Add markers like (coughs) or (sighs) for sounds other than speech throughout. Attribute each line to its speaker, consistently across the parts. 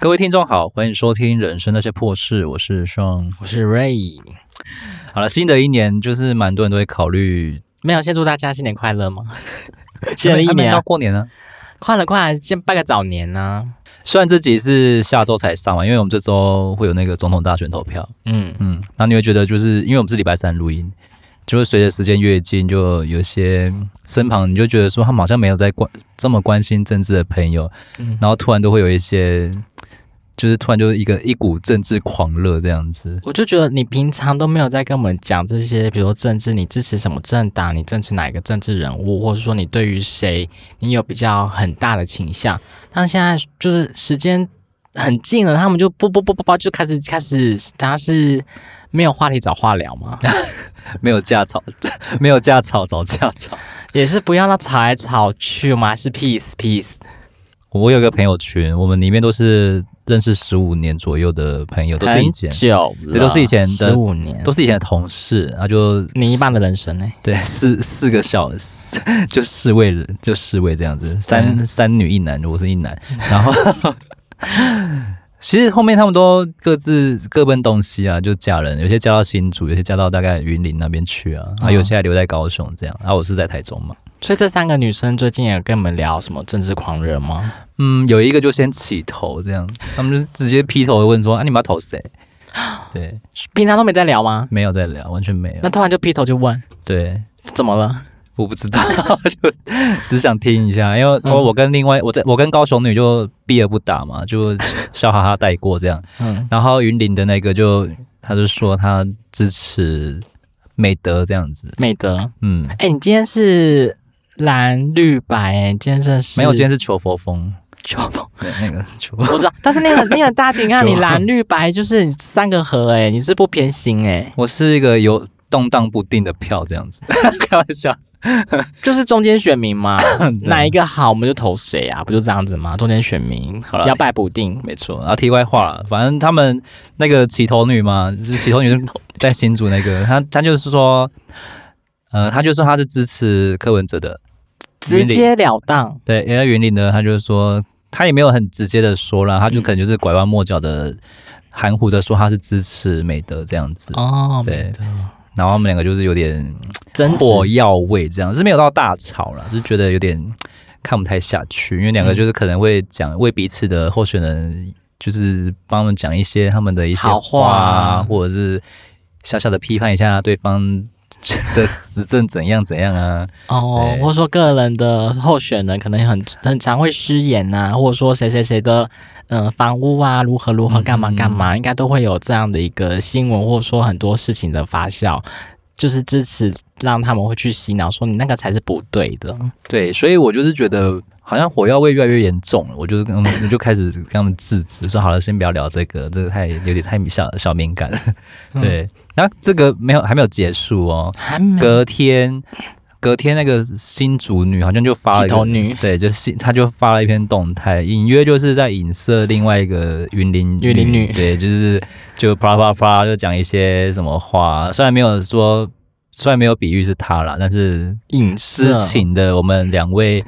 Speaker 1: 各位听众好，欢迎收听《人生那些破事》，我是 Sean。
Speaker 2: 我是 Ray。
Speaker 1: 好了，新的一年就是蛮多人都会考虑，
Speaker 2: 没有，先祝大家新年快乐嘛！ (laughs) 新的一
Speaker 1: 还没
Speaker 2: 年
Speaker 1: 到
Speaker 2: 啊，
Speaker 1: 过年呢、
Speaker 2: 快了快了，先拜个早年啊呐、
Speaker 1: 虽然这集是下周才上嘛，因为我们这周会有那个总统大选投票，
Speaker 2: 嗯，
Speaker 1: 嗯，那你会觉得就是因为我们是礼拜三录音，就会随着时间越近，就有些身旁你就觉得说他们好像没有在关这么关心政治的朋友，
Speaker 2: 嗯
Speaker 1: 然后突然都会有一些，就是突然就是一个一股政治狂热这样子。
Speaker 2: 我就觉得你平常都没有在跟我们讲这些，比如说政治，你支持什么政党，你支持哪一个政治人物，或者说你对于谁你有比较很大的倾向。但现在就是时间很近了，他们就不不不不不就开始开始，他是没有话题找话聊嘛，
Speaker 1: 没有架吵， (laughs) 没有架吵找架吵。
Speaker 2: (laughs) 也是不要那吵来吵去，我们还是 peace peace。
Speaker 1: 我有一个朋友群，我们里面都是认识十五年左右的朋友，都是以前
Speaker 2: 很久了，
Speaker 1: 对都是以前的
Speaker 2: 十五年，
Speaker 1: 都是以前的同事，然后就
Speaker 2: 你一般的人生欸呢、
Speaker 1: 对四四个小 (laughs) 四就四位人就四位这样子，三三女一男，我是一男，然后 (laughs) 其实后面他们都各自各奔东西啊，就嫁人，有些嫁到新竹，有些嫁到大概云林那边去啊，啊有些还留在高雄这样，然后我是在台中嘛。
Speaker 2: 所以这三个女生最近也跟我们聊什么政治狂热吗？
Speaker 1: 嗯，有一个就先起头这样，他们就直接劈头地问说：“啊，你们要投
Speaker 2: (gasps)
Speaker 1: 谁？”对，
Speaker 2: 平常都没在聊吗？
Speaker 1: 没有在聊，完全没有
Speaker 2: 那。突然就劈头就问
Speaker 1: 对，
Speaker 2: 怎么了？
Speaker 1: 我不知 (laughs) 道，就只想听一下，因为我我跟另外我在我跟高雄女就避而不打嘛， (laughs) 就笑哈哈带过这样。
Speaker 2: 嗯，
Speaker 1: 然后云林的那个就他就说他支持美德这样子，
Speaker 2: 美德，
Speaker 1: 嗯，
Speaker 2: 哎、你今天是蓝绿白、哎，你今天真的是
Speaker 1: 没有，今天是求佛风，
Speaker 2: 秋风， (laughs)
Speaker 1: 对， (laughs) 那个是求。
Speaker 2: 我知道，但是 (laughs) 那个那个大景看
Speaker 1: 秋
Speaker 2: 你蓝绿白就是你三个合、哎，你是不偏心、哎，
Speaker 1: 我是一个有动荡不定的票这样 (laughs) 子，开玩笑。
Speaker 2: 就是中间选民 (coughs) 嘛，哪一
Speaker 1: 个？
Speaker 2: 个好我们就投谁啊，不就这样子吗？中间选民
Speaker 1: 好啦
Speaker 2: 摇摆不定，
Speaker 1: 没错，然后题外话了，反正他们那个骑头女嘛，就是骑头女在新竹那个，她她就是说，呃，她就说她是支持柯文哲的，
Speaker 2: 直截了当，
Speaker 1: 对，因为云林呢，她就是说，她也没有很直接的说啦，她就可能就是拐弯抹角的、含糊的说她是支持美德这样子，
Speaker 2: 哦，
Speaker 1: 对，然后他们两个就是有点
Speaker 2: 真
Speaker 1: 火药味，这样是没有到大吵了，就是觉得有点看不太下去，因为
Speaker 2: 嗯
Speaker 1: 两个就是可能会讲为彼此的候选人，就是帮他们讲一些他们的一些
Speaker 2: 好
Speaker 1: 话啊，
Speaker 2: 话
Speaker 1: 或者是小小的批判一下对方的执政怎样怎样啊， (laughs)
Speaker 2: 哦，
Speaker 1: 对
Speaker 2: 或者说个人的候选人可能很很常会失言呐、或者说谁谁谁的嗯、呃房屋啊如何如何干嘛干嘛，应该都会有这样的一个新闻，或者说很多事情的发酵，就是支持让他们会去洗脑，说你那个才是不对的。
Speaker 1: 对，所以我就是觉得。好像火药味越来越严重了，我就是跟他们我就开始跟他们制止，说好了，先不要聊这个，这个太有点太小小敏感了。
Speaker 2: 嗯
Speaker 1: 对，那这个没有还没有结束哦，
Speaker 2: 还没
Speaker 1: 隔天，隔天那个新竹女好像就发了一
Speaker 2: 鸡头
Speaker 1: 个
Speaker 2: 女
Speaker 1: 对，就新她就发了一篇动态，隐约就是在影射另外一个云林
Speaker 2: 云林女
Speaker 1: 对，就是就啪啦啪啦啪啦就讲一些什么话，虽然没有说，虽然没有比喻是她啦，但是
Speaker 2: 影
Speaker 1: 知
Speaker 2: 视
Speaker 1: 情的我们两位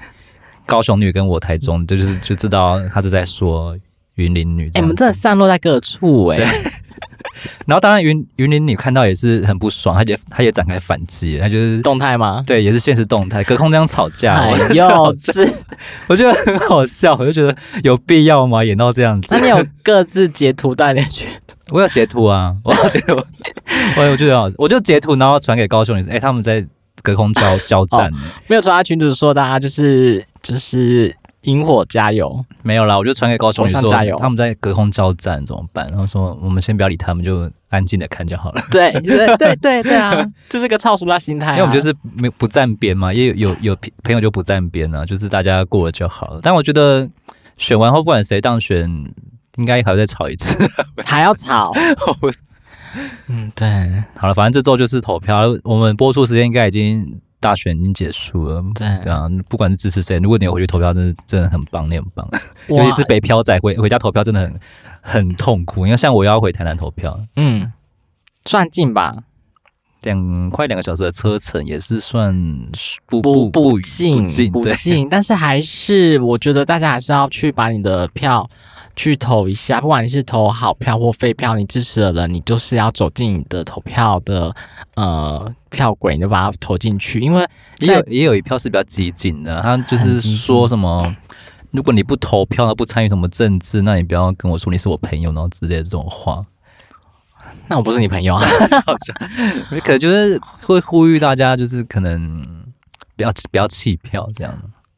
Speaker 1: 高雄女跟我台
Speaker 2: 嗯
Speaker 1: 中，就是就知道她是在说云林女这
Speaker 2: 哎、我
Speaker 1: 样
Speaker 2: 们
Speaker 1: 子。
Speaker 2: 真的散落在各处哎、
Speaker 1: 然后当然云云林女看到也是很不爽，她也她也展开反击，她就是
Speaker 2: 动态吗？
Speaker 1: 对，也是现实动态，隔空这样吵架，
Speaker 2: 哎
Speaker 1: 我 (laughs)
Speaker 2: 呦，稚。
Speaker 1: 我觉得很好笑，我就觉得有必要吗？演到这样子
Speaker 2: 那，你有各自截图带进去？
Speaker 1: 我有截图啊，我 (laughs) 有截图，我我觉得很好笑，我就截图，然后传给高雄女生，哎、他们在隔空交交战呢、
Speaker 2: 没有传到群主说大家就是就是引火加油，
Speaker 1: (laughs) 没有啦，我就传给高雄女生
Speaker 2: 火上加油
Speaker 1: 说，他们在隔空交战怎么办？然后说我们先不要理他们，就安静的看就好了，
Speaker 2: (laughs) 对对对对对啊，就是个超俗辣心态、啊。
Speaker 1: 因为我们就是没不站边嘛，也有有有朋友就不站边啊，就是大家过了就好了。但我觉得选完后，不管谁当选，应该还要再吵一次。
Speaker 2: 还要吵。
Speaker 1: (laughs)
Speaker 2: 嗯，对
Speaker 1: 好了，反正这周就是投票，我们播出时间应该已经大选已经结束了。
Speaker 2: 对，
Speaker 1: 对啊，不管是支持谁，如果你有回去投票，真的真的很棒，你很棒。
Speaker 2: 哇
Speaker 1: 尤其是北漂仔回回家投票，真的很很痛苦。因为像我要回台南投票，
Speaker 2: 嗯，算尽吧。
Speaker 1: 两快两个小时的车程，也是算不
Speaker 2: 不
Speaker 1: 不
Speaker 2: 近
Speaker 1: 近
Speaker 2: 不
Speaker 1: 对。
Speaker 2: 近，但是还是我觉得大家还是要去把你的票去投一下，不管你是投好票或废票，你支持的人，你就是要走进你的投票的呃票轨，你就把它投进去，因为
Speaker 1: 也有
Speaker 2: 在
Speaker 1: 也有一票是比较激进的，他就
Speaker 2: 很
Speaker 1: 是
Speaker 2: 激进
Speaker 1: 说什么，如果你不投票，不参与什么政治，那你不要跟我说你是我朋友，然后之类的这种话，
Speaker 2: 那我不是你朋友啊，
Speaker 1: 可能就是会呼吁大家，就是可能不要不要弃票这样。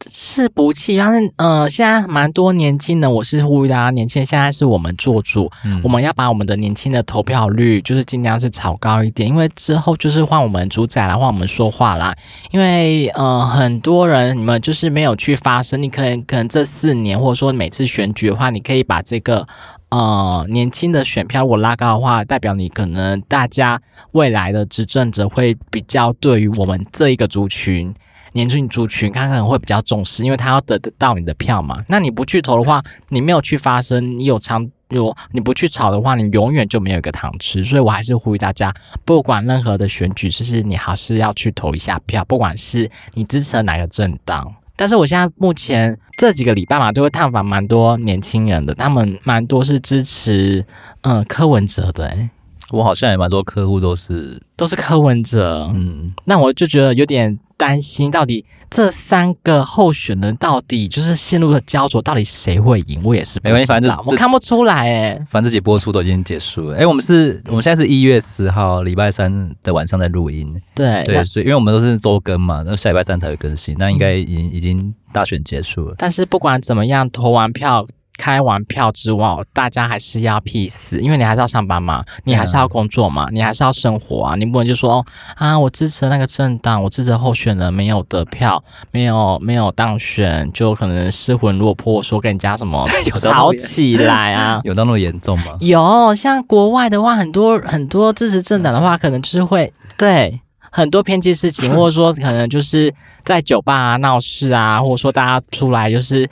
Speaker 2: 是不气，但是呃，现在蛮多年轻人，我是呼吁大家，年轻人现在是我们做主，
Speaker 1: 嗯
Speaker 2: 我们要把我们的年轻的投票率就是尽量是炒高一点，因为之后就是换我们主宰啦，换我们说话啦。因为呃，很多人你们就是没有去发声，你可能可能这四年或者说每次选举的话，你可以把这个。呃，年轻的选票如果拉高的话，代表你可能大家未来的执政者会比较对于我们这一个族群年轻族群，他可能会比较重视，因为他要得得到你的票嘛。那你不去投的话，你没有去发声，你有长有你不去炒的话，你永远就没有一个糖吃。所以我还是呼吁大家，不管任何的选举，就是你还是要去投一下票，不管是你支持了哪个政党。但是我现在目前这几个礼拜嘛，都会探访蛮多年轻人的，他们蛮多是支持嗯、呃柯文哲的、欸，
Speaker 1: 我好像也蛮多客户都是，
Speaker 2: 都是柯文哲。
Speaker 1: 嗯，
Speaker 2: 那我就觉得有点担心，到底这三个候选人到底就是陷入了焦灼，到底谁会赢？我也是不
Speaker 1: 没关系
Speaker 2: 知道
Speaker 1: 反正这
Speaker 2: 我看不出来哎。
Speaker 1: 反正这集播出都已经结束了。哎、我们是，我们现在是一月十号礼拜三的晚上在录音，
Speaker 2: 对，
Speaker 1: 对，所以因为我们都是周更嘛，那下礼拜三才会更新，那应该已经已经大选结束了。
Speaker 2: 但是不管怎么样，投完票、开完票之后，大家还是要 peace，因为你还是要上班嘛，你还是要工作嘛，你还是要生活啊，你不能就说哦啊，我支持那个政党，我支持候选人没有得票，没有没有当选，就可能失魂落魄，说跟人家什么
Speaker 1: (laughs) 有道
Speaker 2: 吵
Speaker 1: 理
Speaker 2: 起来啊。
Speaker 1: 有到那么严 (laughs) 重吗？
Speaker 2: 有，像国外的话，很多很多支持政党的话，可能就是会对很多偏激事
Speaker 1: (laughs)
Speaker 2: 情，或者说可能就是在酒吧啊闹事啊，或者说大家出来就是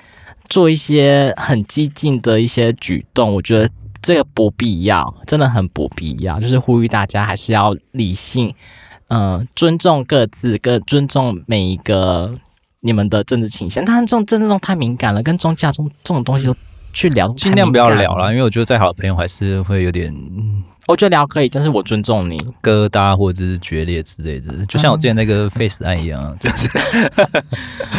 Speaker 2: 做一些很激进的一些举动，我觉得。这个不必要，真的很不必要。就是呼吁大家还是要理性，嗯、尊重各自，跟尊重每一个你们的政治倾向。但是这种政治这种太敏感了，跟宗教这种这种东西都去聊，
Speaker 1: 尽量不要聊
Speaker 2: 了。
Speaker 1: 啦，因为我觉得再好的朋友还是会有点
Speaker 2: 我觉得哦聊可以，但是我尊重你。
Speaker 1: 疙瘩或者是决裂之类的，就像我之前那 (laughs) 个 Face 案一样啊，就是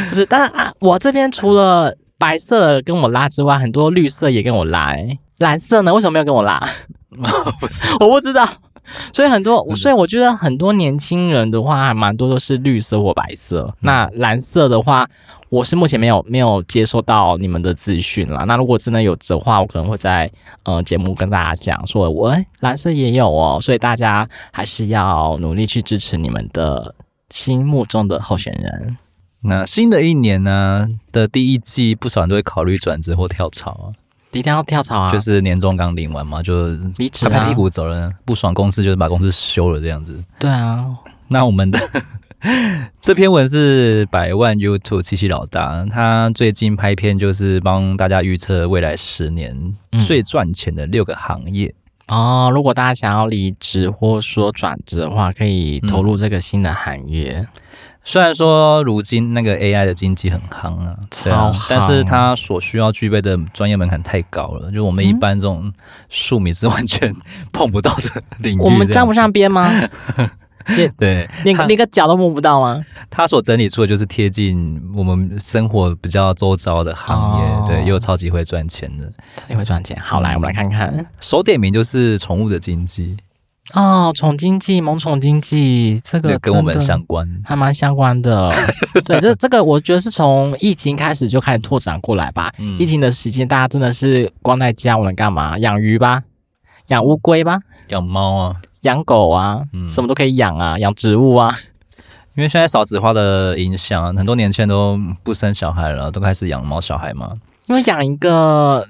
Speaker 2: 不是，但啊，我这边除了白色跟我拉之外，很多绿色也跟我拉、欸。蓝色呢？为什么没有跟我拉？我不知道。所以很多，所以我觉得很多年轻人的话，还蛮多都是绿色或白色。那蓝色的话，我是目前没有没有接收到你们的资讯啦。那如果真的有的话，我可能会在呃节目跟大家讲，说我哎蓝色也有哦，所以大家还是要努力去支持你们的心目中的候选人。
Speaker 1: 那新的一年呢的第一季，不少人都会考虑转职或跳槽啊，
Speaker 2: 一定要跳槽啊，
Speaker 1: 就是年终刚领完嘛，就
Speaker 2: 离职
Speaker 1: 拍拍
Speaker 2: 啊
Speaker 1: 屁，股走人，不爽公司就是把公司休了这样子。
Speaker 2: 对啊，
Speaker 1: 那我
Speaker 2: (laughs)
Speaker 1: 们的这篇文是百万 YouTube 七七老大，他最近拍片就是帮大家预测未来十年
Speaker 2: 嗯
Speaker 1: 最赚钱的六个行业。
Speaker 2: 哦，如果大家想要离职或说转职的话，可以投入这个新的行业，
Speaker 1: 虽然说如今那个 AI 的经济很夯啊，对啊
Speaker 2: 超夯
Speaker 1: 但是它所需要具备的专业门槛太高了，就我们一般这种庶民是完全碰不到的领域。
Speaker 2: 我们
Speaker 1: 这样
Speaker 2: 沾不上边吗？
Speaker 1: 对， (laughs)
Speaker 2: 连连个脚都摸不到吗？
Speaker 1: 它所整理出的就是贴近我们生活比较周遭的行业，
Speaker 2: 哦
Speaker 1: 对，又超级会赚钱的。
Speaker 2: 也会赚钱。好，来我们来看看
Speaker 1: 首点名就是宠物的经济，
Speaker 2: 哦，宠经济、萌宠经济，这个
Speaker 1: 跟我们
Speaker 2: 真的
Speaker 1: 相关。
Speaker 2: 还蛮相关
Speaker 1: (laughs)
Speaker 2: 的。对，这这个我觉得是从疫情开始就开始拓展过来吧。
Speaker 1: 嗯
Speaker 2: 疫情的时间，大家真的是光在家，我能干嘛？养鱼吧，养乌龟吧，
Speaker 1: 养猫啊，
Speaker 2: 养狗啊，
Speaker 1: 嗯
Speaker 2: 什么都可以养啊，养植物啊。 (laughs)
Speaker 1: 因为现在少子化的影响，很多年轻人都不生小孩了，都开始养猫小孩嘛。
Speaker 2: 因为养一个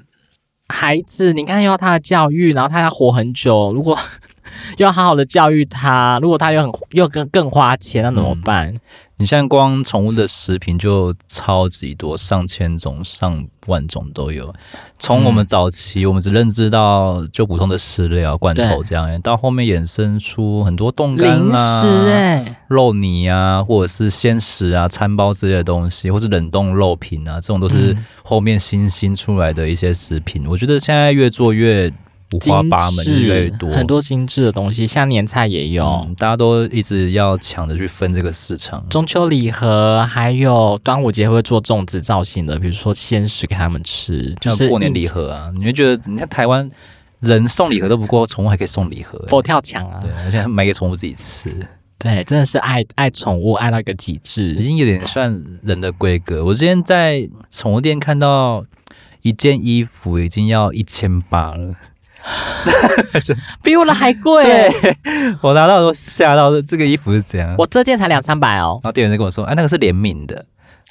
Speaker 2: 孩子，你看又要他的教育，然后他要活很久，如果 (laughs) 要好好的教育他。如果他又很又更更花钱，那怎么办？
Speaker 1: 你像光宠物的食品就超级多，上千种、上万种都有。从我们早期，我们只认知到就普通的饲料、罐头这样，到后面衍生出很多冻干
Speaker 2: 零
Speaker 1: 啊、
Speaker 2: 食哎、
Speaker 1: 肉泥啊，或者是鲜食啊、餐包之类的东西，或是冷冻肉品啊，这种都是
Speaker 2: 嗯
Speaker 1: 后面新兴出来的一些食品。我觉得现在越做越五
Speaker 2: 精
Speaker 1: 花八门，
Speaker 2: 致
Speaker 1: 越来越多，
Speaker 2: 很多精致的东西，像年菜也有。
Speaker 1: 嗯大家都一直要抢着去分这个市场。
Speaker 2: 中秋礼盒，还有端午节会做粽子造型的，比如说鲜食给他们吃，就
Speaker 1: 像
Speaker 2: 是
Speaker 1: 过年礼盒啊，你会觉得你看台湾人送礼盒都不够，宠物还可以送礼盒、
Speaker 2: 佛跳墙啊
Speaker 1: 对，，而且还买给宠物自己吃，
Speaker 2: 对，真的是爱爱宠物爱到一个极
Speaker 1: 已
Speaker 2: 致。
Speaker 1: 经有点算人的规格。我之前在宠物店看到一件衣服已经要一千八了， (laughs)
Speaker 2: 比我的还贵、
Speaker 1: 我拿到的时候吓到，说这个衣服是怎样？
Speaker 2: 我这件才两三百哦。
Speaker 1: 然后店员就跟我说：“哎、那个是联名的，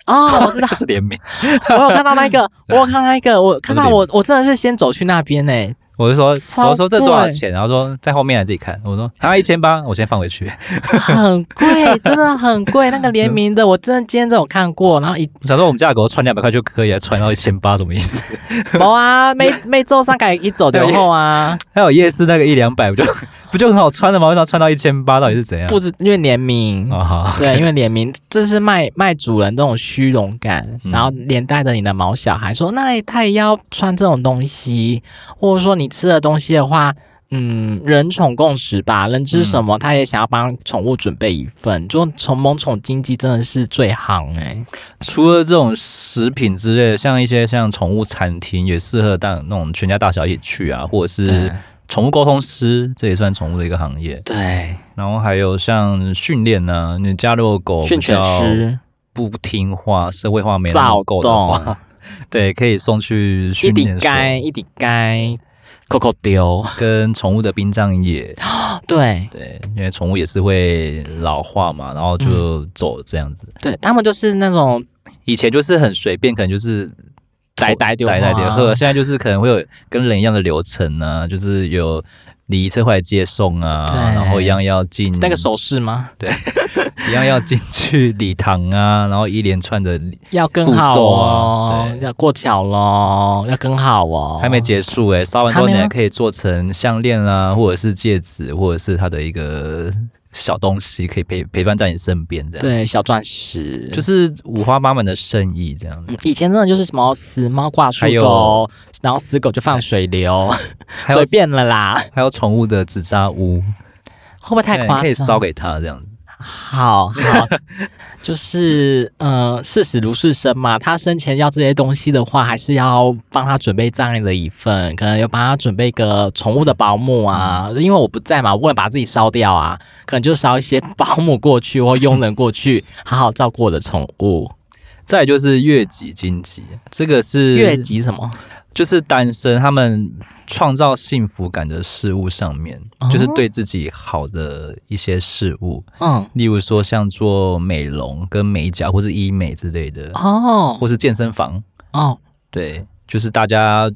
Speaker 2: 哦，我知
Speaker 1: 那
Speaker 2: (laughs) 道，
Speaker 1: 个是联名。 (laughs)
Speaker 2: 我有看到那个，我有看到那个，我看到我，我真的是先走去那边呢、”欸
Speaker 1: 我就说：“我
Speaker 2: 超
Speaker 1: 就说这多少
Speaker 2: 贵
Speaker 1: 钱？”然后说在后面来自己看。我说：“啊，一千八，我先放回去。
Speaker 2: 很 (laughs) 贵，真的很贵。那个联名的，我真的今天都有看过。然后一”
Speaker 1: 我想说我们家的狗穿两百块就可以了，穿到一千八什么意思？
Speaker 2: 没啊， (laughs) 每每周三改一走就后啊，
Speaker 1: 还有夜市那个一两百，不就 (laughs) 不就很好穿的吗？为什么穿到一千八？到底是怎样？
Speaker 2: 不止因为联名。
Speaker 1: 啊、好，
Speaker 2: (laughs) 对，因为联名，这是卖卖主人这种虚荣感，
Speaker 1: 嗯
Speaker 2: 然后连带着你的毛小孩说，那他也要穿这种东西，或者说你吃的东西的话，嗯，人宠共食吧，人吃什
Speaker 1: 嗯
Speaker 2: 么，他也想要帮宠物准备一份，就宠萌宠经济真的是最行哎、
Speaker 1: 除了这种食品之类的，像一些像宠物餐厅也适合当那种全家大小一起去啊，或者
Speaker 2: 对
Speaker 1: 是宠物沟通师，这也算宠物的一个行业。
Speaker 2: 对，
Speaker 1: 然后还有像训练呢、你家如果狗
Speaker 2: 训
Speaker 1: 比
Speaker 2: 犬
Speaker 1: 较
Speaker 2: 师
Speaker 1: 不听话、社会化没那
Speaker 2: 躁
Speaker 1: 么够的话，
Speaker 2: 动，
Speaker 1: 对，可以送去
Speaker 2: 一
Speaker 1: 训
Speaker 2: 滴
Speaker 1: 练所，
Speaker 2: 该一滴该，扣扣
Speaker 1: (laughs)
Speaker 2: 丢，
Speaker 1: 跟宠物的殡葬业
Speaker 2: 对
Speaker 1: 对，因为宠物也是会老化嘛，然后就走这样子。
Speaker 2: 对，他们就是那种
Speaker 1: 以前就是很随便，可能就是
Speaker 2: 呆呆的
Speaker 1: 呆呆
Speaker 2: 话
Speaker 1: 的喝，啊现在就是可能会有跟人一样的流程啊，就是有礼仪车会来接送啊，
Speaker 2: 对
Speaker 1: 然后一样要进
Speaker 2: 那个手势吗？
Speaker 1: 一样要进去礼堂啊，然后一连串的
Speaker 2: 要跟好哦，要过桥喽，要跟好哦，
Speaker 1: 啊还没结束诶、烧完之后
Speaker 2: 还
Speaker 1: 你
Speaker 2: 没
Speaker 1: 还
Speaker 2: 吗
Speaker 1: 可以做成项链啦、或者是戒指，或者是它的一个小东西，可以陪陪伴在你身边这样。
Speaker 2: 对小钻石，
Speaker 1: 就是是五花八门的生意这样子，
Speaker 2: 以前真的就是什么死猫挂树
Speaker 1: 还
Speaker 2: 钩
Speaker 1: 有，
Speaker 2: 然后死狗就放水流，
Speaker 1: 还有
Speaker 2: 随便了啦，
Speaker 1: 还有宠物的纸扎屋，
Speaker 2: 会不会太
Speaker 1: 对
Speaker 2: 夸
Speaker 1: 可以烧
Speaker 2: 张？
Speaker 1: 给他这样子。
Speaker 2: (laughs) 好好，就是呃，事死如是生嘛，他生前要这些东西的话，还是要帮他准备这样的一份，可能有帮他准备个宠物的保姆啊，因为我不在嘛，我不能把自己烧掉啊，可能就烧一些保姆过去或佣人过去， (laughs) 好好照顾我的宠物。
Speaker 1: 再来就是越级经济，这个是
Speaker 2: 越级什么？
Speaker 1: 就是单身他们创造幸福感的事物上面，
Speaker 2: 哦
Speaker 1: 就是对自己好的一些事物，
Speaker 2: 嗯，
Speaker 1: 例如说像做美容、跟美甲或是医美之类的，
Speaker 2: 哦
Speaker 1: 或是健身房，
Speaker 2: 哦，
Speaker 1: 对，就是大家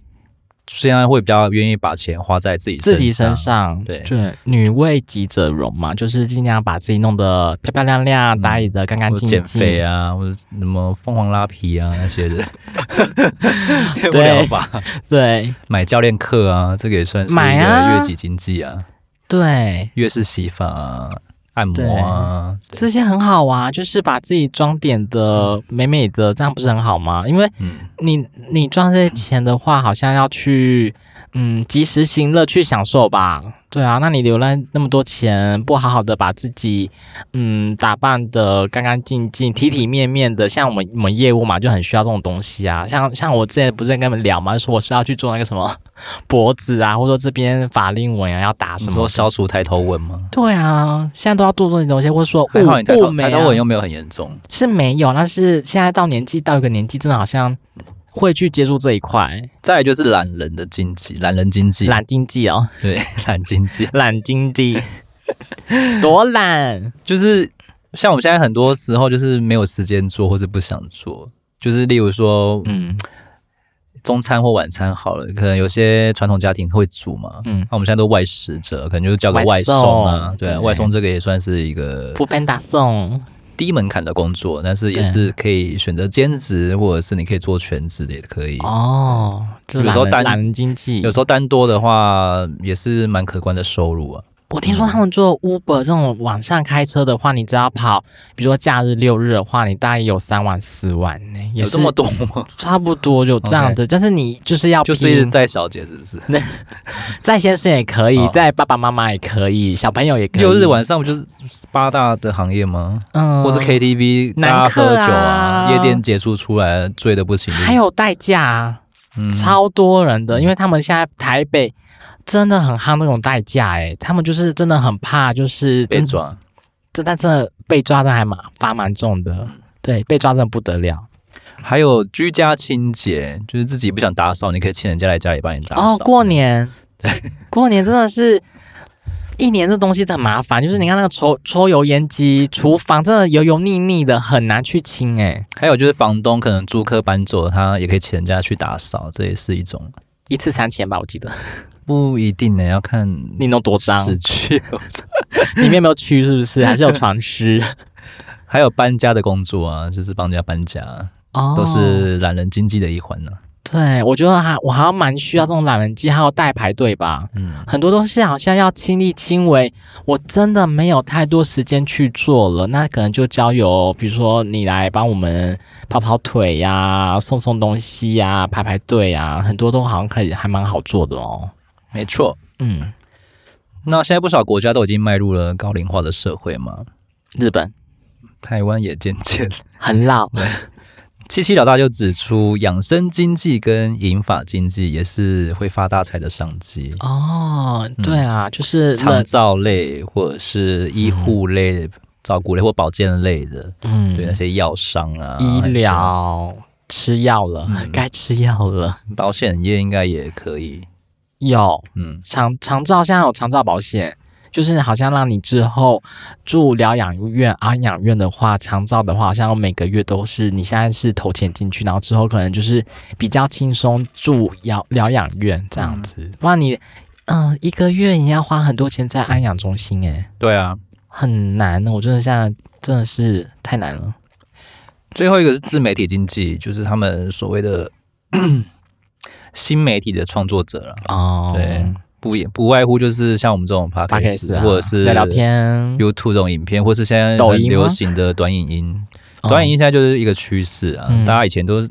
Speaker 1: 现在会比较愿意把钱花在自己
Speaker 2: 自己
Speaker 1: 身
Speaker 2: 身。上，
Speaker 1: 对
Speaker 2: 对，女为己者容嘛，就是尽量把自己弄得漂漂亮亮，打理得干干
Speaker 1: 或者
Speaker 2: 净
Speaker 1: 减
Speaker 2: 净。
Speaker 1: 肥啊，或者什么凤凰拉皮啊那些的， (laughs) 无
Speaker 2: (laughs) 对
Speaker 1: 聊吧？
Speaker 2: 对
Speaker 1: 买教练课啊，这个也算是一
Speaker 2: 买
Speaker 1: 个
Speaker 2: 啊
Speaker 1: 越级经济啊，
Speaker 2: 对，
Speaker 1: 越式洗发啊，按摩啊，
Speaker 2: 这些很好啊，就是把自己装点的美美的，这样不是很好吗？因为
Speaker 1: 嗯，
Speaker 2: 你你赚这些钱的话，好像要去嗯及时行乐去享受吧。对啊，那你留了那么多钱，不好好的把自己嗯打扮的干干净净、体体面面的，像我们我们业务嘛，就很需要这种东西啊。像像我之前不是跟你们聊嘛，就说我是要去做那个什么 (laughs) 脖子啊，或者说这边法令纹啊，要打
Speaker 1: 什
Speaker 2: 什
Speaker 1: 么时
Speaker 2: 么
Speaker 1: 候。消除抬头纹吗？
Speaker 2: 对啊，现在都要做这些东西，或者说
Speaker 1: 还好你抬
Speaker 2: 雾雾
Speaker 1: 头
Speaker 2: 眉
Speaker 1: 抬
Speaker 2: 啊
Speaker 1: 头纹又没有很严重，
Speaker 2: 是没有，但是现在到年纪到一个年纪，真的好像会去接触这一块
Speaker 1: 再来就是懒人的经济，懒人经济，
Speaker 2: 懒经济哦，
Speaker 1: 对 (laughs) 懒经济，
Speaker 2: 懒
Speaker 1: (laughs)
Speaker 2: 经济，多懒，
Speaker 1: 就是像我们现在很多时候就是没有时间做或者不想做，就是例如说
Speaker 2: 嗯，
Speaker 1: 中餐或晚餐好了，可能有些传统家庭会煮嘛，
Speaker 2: 嗯
Speaker 1: 那、我们现在都外食者，可能就叫个
Speaker 2: 外
Speaker 1: 外送啊
Speaker 2: 送，
Speaker 1: 对啊，
Speaker 2: 对
Speaker 1: 外送这个也算是一个
Speaker 2: 不笨打送，
Speaker 1: 低门槛的工作，但是也
Speaker 2: 对
Speaker 1: 是可以选择兼职，或者是你可以做全职的也可以。
Speaker 2: 哦，
Speaker 1: 嗯
Speaker 2: 就
Speaker 1: 有
Speaker 2: 懒
Speaker 1: 时候
Speaker 2: 人
Speaker 1: 单
Speaker 2: 懒人经济
Speaker 1: 有。时候单多的话，也是蛮可观的收入啊。
Speaker 2: 我听说他们做 Uber 这种网上开车的话，你只要跑，比如说假日六日的话，你大概有三万四万呢、也
Speaker 1: 有
Speaker 2: 是
Speaker 1: 这么多吗？ (laughs)
Speaker 2: 差不多有这样子。但是你就是要
Speaker 1: 就是一直
Speaker 2: 拼
Speaker 1: 在小姐是不是？
Speaker 2: 在先生也可以
Speaker 1: 哦，
Speaker 2: 在爸爸妈妈也可以，小朋友也可以。
Speaker 1: 六日晚上不就是八大的行业吗？
Speaker 2: 嗯
Speaker 1: 或是 KTV
Speaker 2: 男
Speaker 1: 大家喝
Speaker 2: 客
Speaker 1: 酒啊，
Speaker 2: 啊
Speaker 1: 夜店结束出来醉的不行，
Speaker 2: 还有代驾、啊，
Speaker 1: 嗯
Speaker 2: 超多人的，因为他们现在台北真的很夯那种代驾，哎，他们就是真的很怕，就是
Speaker 1: 被
Speaker 2: 真
Speaker 1: 抓。
Speaker 2: 这但真的被抓的还蛮罚蛮重的，对，被抓真的不得了。
Speaker 1: 还有居家清洁，就是自己不想打扫，你可以请人家来家里帮你打扫。
Speaker 2: 哦，过年，过年真的是。一年这东西真的很麻烦，就是你看那个抽抽油烟机，厨房真的油油腻腻的，很难去清哎、
Speaker 1: 还有就是房东可能租客搬走，他也可以请人家去打扫，这也是一种。
Speaker 2: 一次三千吧，我记得。
Speaker 1: 不一定呢，要看
Speaker 2: 你弄多脏？
Speaker 1: 市区。
Speaker 2: 里面有没有蛆？是不是？还是有床虱？
Speaker 1: 还有搬家的工作啊，就是帮人家搬家，
Speaker 2: (laughs) 哦
Speaker 1: 都是懒人经济的一环呢、
Speaker 2: 对，我觉得还我还要蛮需要这种懒人机，还有代排队吧。
Speaker 1: 嗯，
Speaker 2: 很多东西好像要亲力亲为，我真的没有太多时间去做了。那可能就交由，比如说你来帮我们跑跑腿呀、送送东西呀、排排队呀，很多都好像可以还蛮好做的哦。
Speaker 1: 没错。
Speaker 2: 嗯，
Speaker 1: 那现在不少国家都已经迈入了高龄化的社会嘛，
Speaker 2: 日本
Speaker 1: 台湾也渐渐。 (laughs)
Speaker 2: 很老， (laughs)
Speaker 1: 七七老大就指出，养生经济跟银发经济也是会发大财的商机。
Speaker 2: 哦，对啊，就是
Speaker 1: 长
Speaker 2: 冷，
Speaker 1: 照类或者是医护类、照顾类或保健类的，
Speaker 2: 嗯，
Speaker 1: 对那些药商啊、
Speaker 2: 医疗吃药了，
Speaker 1: 嗯
Speaker 2: 该吃药了。
Speaker 1: 保险业应该也可以。
Speaker 2: 有
Speaker 1: 嗯，
Speaker 2: 长长照，现在有长照保险，就是好像让你之后住疗养院、安养院的话，长照的话，好像每个月都是你现在是投钱进去，然后之后可能就是比较轻松住疗疗养院这样子。不然你，嗯、一个月你要花很多钱在安养中心、欸，诶，
Speaker 1: 对啊。
Speaker 2: 很难。哦我真的现在真的是太难了。
Speaker 1: 最后一个是自媒体经济，就是他们所谓的 (coughs) 新媒体的创作者了，
Speaker 2: 哦，
Speaker 1: 对不也不外乎就是像我们这种 p o d
Speaker 2: p
Speaker 1: c
Speaker 2: o
Speaker 1: a
Speaker 2: d
Speaker 1: s
Speaker 2: 啊，
Speaker 1: 或者是
Speaker 2: 聊聊天，
Speaker 1: YouTube 这种影片，或是现在
Speaker 2: 抖
Speaker 1: 很
Speaker 2: 音吗哦
Speaker 1: 流行的短影音。短影音现在就是一个趋势啊，
Speaker 2: 嗯
Speaker 1: 大家以前都是，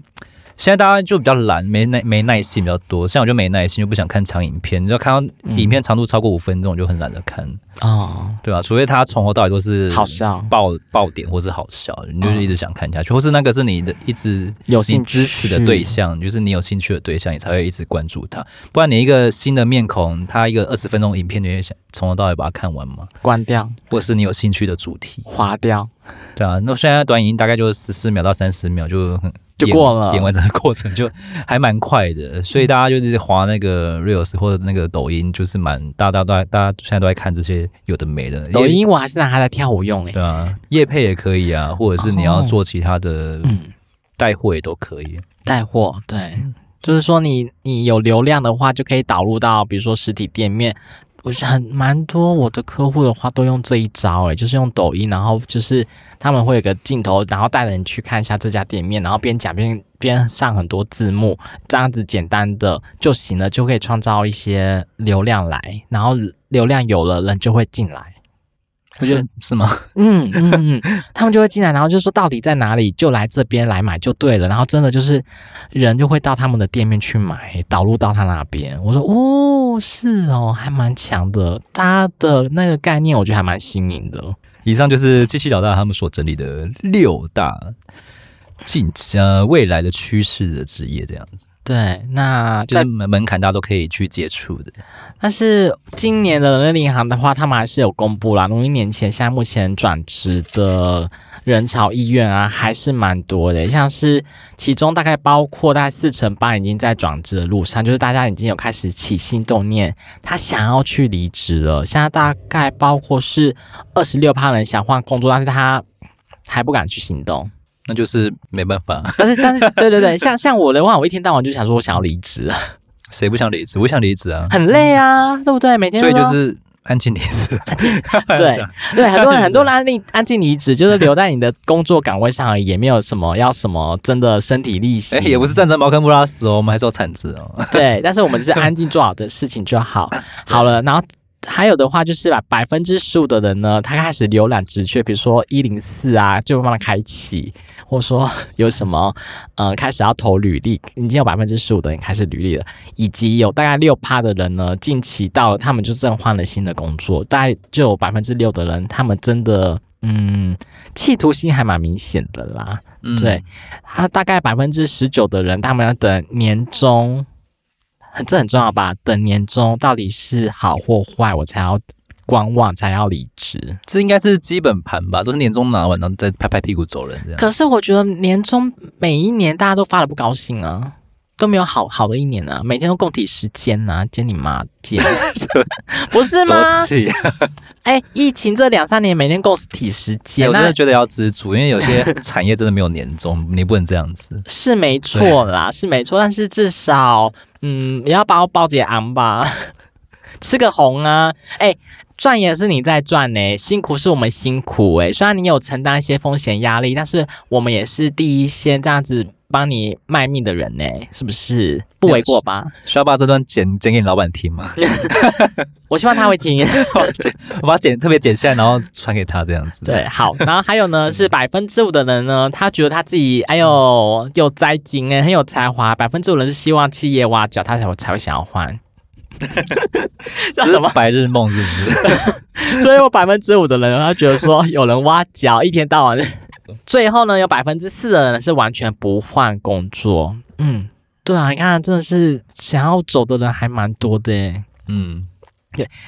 Speaker 1: 现在大家就比较懒，没耐没耐性比较多。像我就没耐心，就不想看长影片，你只要看到
Speaker 2: 嗯
Speaker 1: 影片长度超过五分钟，我就很懒得看，
Speaker 2: 哦，
Speaker 1: 对吧、除非它从头到尾都是
Speaker 2: 好笑，嗯
Speaker 1: 爆爆点或是好笑，你就是一直想看下去，或是那个是你的一直
Speaker 2: 有
Speaker 1: 你
Speaker 2: 兴趣
Speaker 1: 支持的对，象，就是你有兴趣的对象，你才会一直关注他。不然你一个新的面孔，他一个二十分钟影片，你会想从头到尾把它看完吗？
Speaker 2: 关掉，
Speaker 1: 或是你有兴趣的主题？
Speaker 2: 划掉。
Speaker 1: 对啊，那现在短影音大概就十四秒到三十秒就很
Speaker 2: 就
Speaker 1: 演
Speaker 2: 过了
Speaker 1: 演完整个过程就还蛮快的，所以大家就是滑那个 reels 或者那个抖音，就是蛮大家都在大家现在都在看这些有的没的
Speaker 2: 抖
Speaker 1: 业
Speaker 2: 音我还是拿它来跳舞用诶、欸
Speaker 1: 对啊，夜配也可以啊，或者是你要
Speaker 2: 哦
Speaker 1: 做其他的
Speaker 2: 嗯，
Speaker 1: 带货也都可以。
Speaker 2: 带货对，就是说你你有流量的话，就可以导入到比如说实体店面。我很蛮多我的客户的话都用这一招诶、就是用抖音，然后就是他们会有个镜头，然后带着你去看一下这家店面，然后边讲边边上很多字幕，这样子简单的就行了，就可以创造一些流量来，然后流量有了，人就会进来。我觉得
Speaker 1: 是是吗？
Speaker 2: 嗯嗯， (laughs) 嗯，他们就会进来，然后就说到底在哪里，就来这边来买就对了。然后真的就是人就会到他们的店面去买，导入到他那边。我说哦，是哦，还蛮强的，他的那个概念我觉得还蛮新颖的。
Speaker 1: 以上就是七七老大他们所整理的六大近期呃未来的趋势的职业，这样子，
Speaker 2: 对，那
Speaker 1: 就
Speaker 2: 在
Speaker 1: 是门门槛大家都可以去接触的。
Speaker 2: 但是今年的人力银行的话，他们还是有公布啦。农历年前，现在目前转职的人潮意愿啊，还是蛮多的。像是其中大概包括大概四成八已经在转职的路上，就是大家已经有开始起心动念，他想要去离职了。现在大概包括是二十六趴人想换工作，但是他还不敢去行动。
Speaker 1: 那就是没办法， (laughs)
Speaker 2: 但是但是对对对，像像我的话，我一天到晚就想说我想要离职，
Speaker 1: 谁不想离职？我想离职啊，
Speaker 2: 很累啊，对不对？每天
Speaker 1: 所以
Speaker 2: 都
Speaker 1: 就是安静离
Speaker 2: (laughs)
Speaker 1: 职。
Speaker 2: 对对，很多人很多人安静安静离职，就是留在你的工作岗位上而已，也没有什么要什么真的身体力行，
Speaker 1: (laughs) 哎，也不是站着茅坑不拉屎哦，我们还是有产值哦。
Speaker 2: 对，但是我们是安静做好的事情就好。好了，然后还有的话就是把百分之十五的人呢，他开始浏览职缺，比如说一零四啊，就帮他开启，或者说有什么呃开始要投履历，已经有百分之十五的人开始履历了，以及有大概六趴的人呢，近期到了他们就正换了新的工作，大概就有百分之六的人，他们真的。嗯，企图心还蛮明显的啦。
Speaker 1: 嗯
Speaker 2: 对，他大概百分之十九的人，他们要等年终，很这很重要吧？等年终到底是好或坏，我才要观望，才要离职。
Speaker 1: 这应该是基本盘吧，都是年终拿完，然后再拍拍屁股走人这样。
Speaker 2: 可是我觉得年终每一年大家都发的不高兴啊，都没有好好的一年啊，每天都共体时间
Speaker 1: (laughs)
Speaker 2: 呐、啊，煎你妈煎， (laughs) 不是吗
Speaker 1: 多？气！
Speaker 2: 哎、疫情这两三年每天共体时
Speaker 1: 哎
Speaker 2: 间，
Speaker 1: 我真
Speaker 2: 那
Speaker 1: 的觉得要知足，因为有
Speaker 2: (laughs)
Speaker 1: 些产业真的没有年终，你不能这样子。
Speaker 2: 是没错啦，是没错，但是至少，嗯，也要把我包姐昂吧， (laughs) 吃个红啊，哎、赚也是你在赚呢、辛苦是我们辛苦哎、虽然你有承担一些风险压力，但是我们也是第一线这样子帮你卖命的人呢、是不是？不为过吧？
Speaker 1: 需要把这段剪剪给你老板听
Speaker 2: (laughs)
Speaker 1: 吗？
Speaker 2: 我希望他会听。
Speaker 1: (laughs) 我把它剪特别剪下来，然后传给他这样子。
Speaker 2: (laughs) 对，好，然后还有呢，是百分之五的人呢，他觉得他自己哎呦有栽金哎，很有才华，百分之五人是希望企业挖角，他才会才会想要换。叫什么
Speaker 1: 是白日梦是不是？
Speaker 2: (laughs) 所以我百分之五的人，他觉得说有人挖角，一天到晚。最后呢，有百分之四的人是完全不换工作。嗯，对啊，你看，真的是想要走的人还蛮多的欸耶。
Speaker 1: 嗯，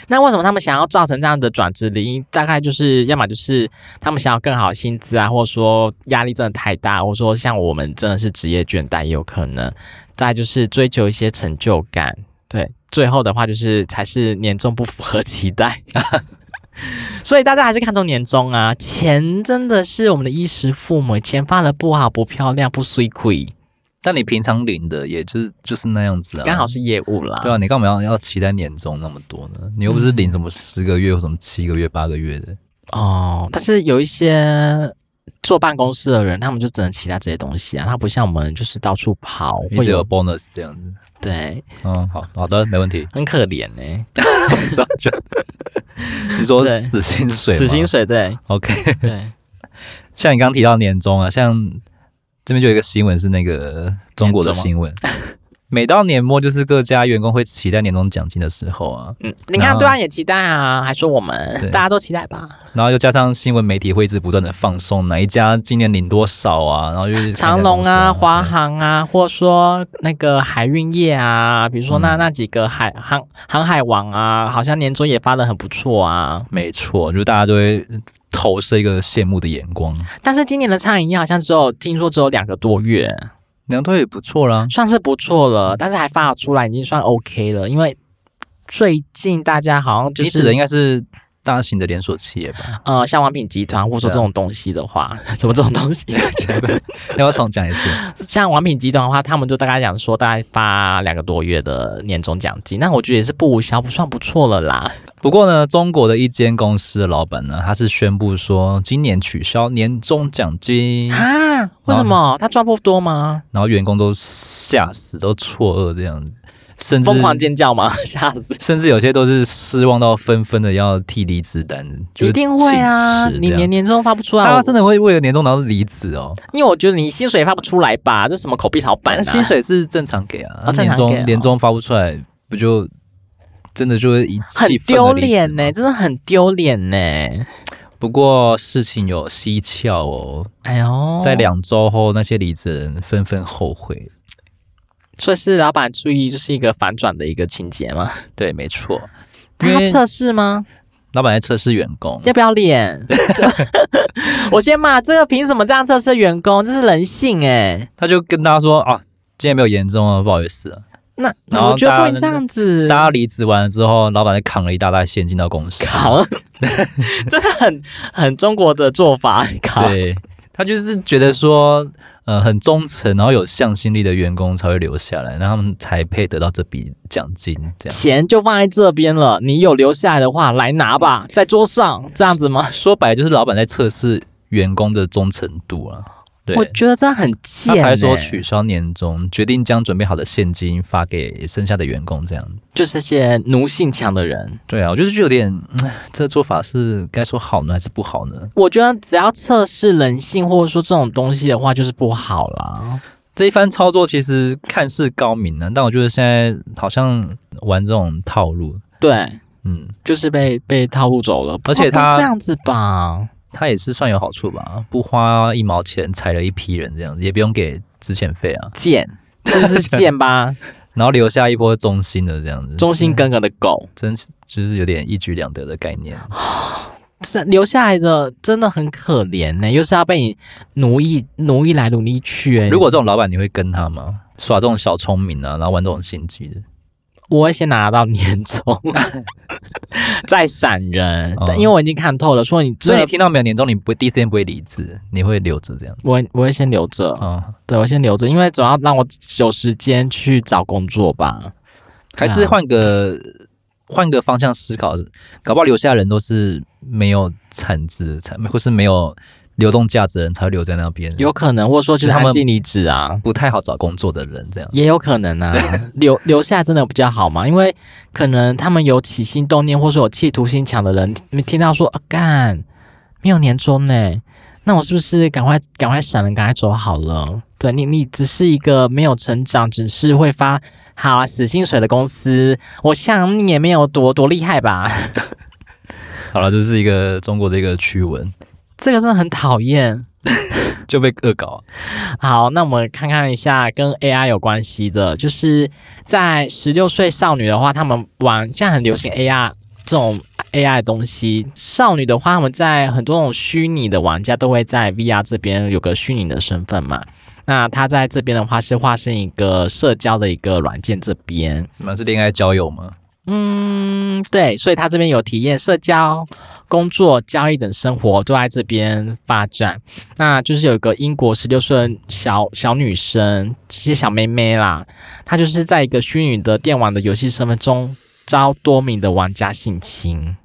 Speaker 2: 那为什么他们想要造成这样的转职离？大概就是要么就是他们想要更好的薪资啊，或者说压力真的太大，或者说像我们真的是职业倦怠也有可能。再来就是追求一些成就感，对。最后的话就是才是年终不符合期待， (laughs) 所以大家还是看重年终啊。钱真的是我们的衣食父母，钱发的不好不漂亮不水亏，
Speaker 1: 但你平常领的也就是就是那样子啊，
Speaker 2: 刚好是业务啦。
Speaker 1: 对啊，你干嘛要要期待年终那么多呢？你又不是领什么十个月或什么七个月、八个月的，
Speaker 2: 哦，但是有一些坐办公室的人，他们就只能期待这些东西啊，他不像我们就是到处跑，
Speaker 1: 一
Speaker 2: 会
Speaker 1: 直
Speaker 2: 有
Speaker 1: 有 bonus 这样子。
Speaker 2: 对，
Speaker 1: 嗯，好好的，没问
Speaker 2: (laughs)。
Speaker 1: 题
Speaker 2: 很可怜呢、
Speaker 1: (laughs) 你说
Speaker 2: 对
Speaker 1: 死薪水吗，
Speaker 2: 死薪
Speaker 1: (laughs)
Speaker 2: 水，对
Speaker 1: OK。
Speaker 2: 对，
Speaker 1: 像你刚刚提到年终啊，像这边就有一个新闻是那个中国的新闻，每到年末就是各家员工会期待年终奖金的时候啊，
Speaker 2: 嗯，你看对岸也期待啊，还说我们
Speaker 1: 对
Speaker 2: 大家都期待吧，
Speaker 1: 然后又加上新闻媒体会一直不断的放送哪一家今年领多少啊，然后就是
Speaker 2: 长隆啊、华
Speaker 1: 航，
Speaker 2: 航啊，或者说那个海运业啊，比如说那、
Speaker 1: 嗯
Speaker 2: 那几个海航航海王啊，好像年终也发的很不错啊，
Speaker 1: 没错，就是大家都会投射一个羡慕的眼光，
Speaker 2: 但是今年的餐饮业好像只有听说只有两个多月，啊
Speaker 1: 两头也不错啦。
Speaker 2: 算是不错了，但是还发得出来已经算 OK 了，因为最近大家好像就
Speaker 1: 你指的
Speaker 2: 是
Speaker 1: 应该是大型的连锁企业
Speaker 2: (laughs)
Speaker 1: 吧？
Speaker 2: 呃，像王品集团或者
Speaker 1: 啊
Speaker 2: 说这种东西的话， (laughs) 什么这种东西，
Speaker 1: 要不要重讲一次？
Speaker 2: (laughs) 像王品集团的话，他们就大概讲说大概发两个多月的年终奖金，那我觉得也是不无小补，算不错了啦。
Speaker 1: 不过呢，中国的一间公司的老板呢，他是宣布说，今年取消年终奖金，
Speaker 2: 啊，为什
Speaker 1: 哦
Speaker 2: 么他赚不多吗？
Speaker 1: 然后员工都吓死，都错愕这样子，甚至
Speaker 2: 疯狂尖叫吗？ (laughs) 吓死！
Speaker 1: 甚至有些都是失望到纷纷的要提离职单，就是
Speaker 2: 一定会啊！
Speaker 1: 请辞这
Speaker 2: 你
Speaker 1: 样
Speaker 2: 连年终发不出来，
Speaker 1: 大
Speaker 2: 我
Speaker 1: 家真的会为了年终拿到离职哦，
Speaker 2: 因为我觉得你薪水也发不出来吧？这是什么口碑老板
Speaker 1: 但
Speaker 2: 啊？
Speaker 1: 薪水是正常给啊，
Speaker 2: 哦正
Speaker 1: 年
Speaker 2: 常给哦
Speaker 1: 终年终发不出来，不就真的就会一
Speaker 2: 很
Speaker 1: 气愤的
Speaker 2: 丢
Speaker 1: 离职
Speaker 2: 脸
Speaker 1: 吗
Speaker 2: 呢，真的很丢脸呢。
Speaker 1: 欸
Speaker 2: 欸
Speaker 1: 不过事情有蹊跷哦，
Speaker 2: 哎呦，
Speaker 1: 在两周后，那些离职人纷纷后悔。
Speaker 2: 所以是老板注意，就是一个反转的一个情节嘛。
Speaker 1: 对，没错。因
Speaker 2: 他
Speaker 1: 为
Speaker 2: 测试吗？
Speaker 1: 老板在测试员工，
Speaker 2: 要不要脸？ (laughs) 我先骂这个，凭什么这样测试员工？这是人性哎、
Speaker 1: 他就跟大家说啊，今天没有严重啊，不好意思啊。
Speaker 2: 那
Speaker 1: 然后
Speaker 2: 我觉得
Speaker 1: 大
Speaker 2: 不
Speaker 1: 家
Speaker 2: 能这样子
Speaker 1: 大，家离职完了之后，老板就扛了一大袋现金
Speaker 2: (laughs)
Speaker 1: 到公司。
Speaker 2: 扛，真的很很中国的做法，扛。
Speaker 1: 对，他就是觉得说，呃，很忠诚，然后有向心力的员工才会留下来，然后他们才配得到这笔奖金。这样
Speaker 2: 钱就放在这边了，你有留下来的话，来拿吧，在桌上这样子吗？
Speaker 1: 说白了就是老板在测试员工的忠诚度啊。对，
Speaker 2: 我觉得这样很贱、
Speaker 1: 他
Speaker 2: 欸。
Speaker 1: 才说取消年终，决定将准备好的现金发给剩下的员工。这样，
Speaker 2: 就是这些奴性强的人，
Speaker 1: 对啊，我就是觉得有点， (sighs) 唉这做法是该说好呢还是不好呢？
Speaker 2: 我觉得只要测试人性或者说这种东西的话，就是不好啦。
Speaker 1: 这一番操作其实看似高明呢、但我觉得现在好像玩这种套路，
Speaker 2: 对，
Speaker 1: 嗯，
Speaker 2: 就是被被套路走了，
Speaker 1: 而且
Speaker 2: 不
Speaker 1: 他
Speaker 2: 能哦这样子吧，
Speaker 1: 它也是算有好处吧，不花一毛钱裁了一批人，这样子也不用给资遣费啊，
Speaker 2: 贱，这就是贱 (laughs) 吧，
Speaker 1: 然后留下一波忠心的这样子，
Speaker 2: 忠心耿耿的狗。
Speaker 1: 真是就是有点一举两得的概念。
Speaker 2: 这留下来的真的很可怜呢、又是要被你奴役、奴役来奴役去、欸。
Speaker 1: 如果这种老板，你会跟他吗？耍这种小聪明啊，然后玩这种心机的，
Speaker 2: 我会先拿到年 (laughs) 终，再闪人，
Speaker 1: 哦
Speaker 2: 但因为我已经看透了，说你
Speaker 1: 所以
Speaker 2: 这
Speaker 1: 你听到没有？年终你不会第一时间不会离职，你会留着这样
Speaker 2: 我我会先留着，
Speaker 1: 啊、
Speaker 2: 对我先留着，因为总要让我有时间去找工作吧。
Speaker 1: 还是换个换个方向思考，搞不好留下的人都是没有产值产，或是没有流动价值的人才会留在那边，
Speaker 2: 有可能，或者说就是
Speaker 1: 是他们
Speaker 2: 安静离职啊，
Speaker 1: 不太好找工作的人这样。
Speaker 2: 也有可能啊。留留下真的比较好嘛，因为可能他们有起心动念，或是有企图心强的人，你听到说啊干没有年终呢，那我是不是赶快赶快闪人，赶快走好了？对你，你只是一个没有成长，只是会发好啊死薪水的公司，我想你也没有多多厉害吧？
Speaker 1: 好了，就是一个中国的一个驱文
Speaker 2: 这个真的很讨厌。
Speaker 1: 就被恶搞。
Speaker 2: 好，那我们看看一下跟 AI 有关系的，就是在十六岁少女的话，他们玩现在很流行 AI 这种 AI 的东西。少女的话，他们在很多种虚拟的玩家都会在 VR 这边有个虚拟的身份嘛。那她在这边的话是化身一个社交的一个软件这边，
Speaker 1: 什么是恋爱交友吗？
Speaker 2: 嗯，对，所以他这边有体验社交、工作、交易等生活都在这边发展。那就是有一个英国十六岁的小小女生，这些小妹妹啦，她就是在一个虚拟的电玩的游戏身份中遭多名的玩家性侵。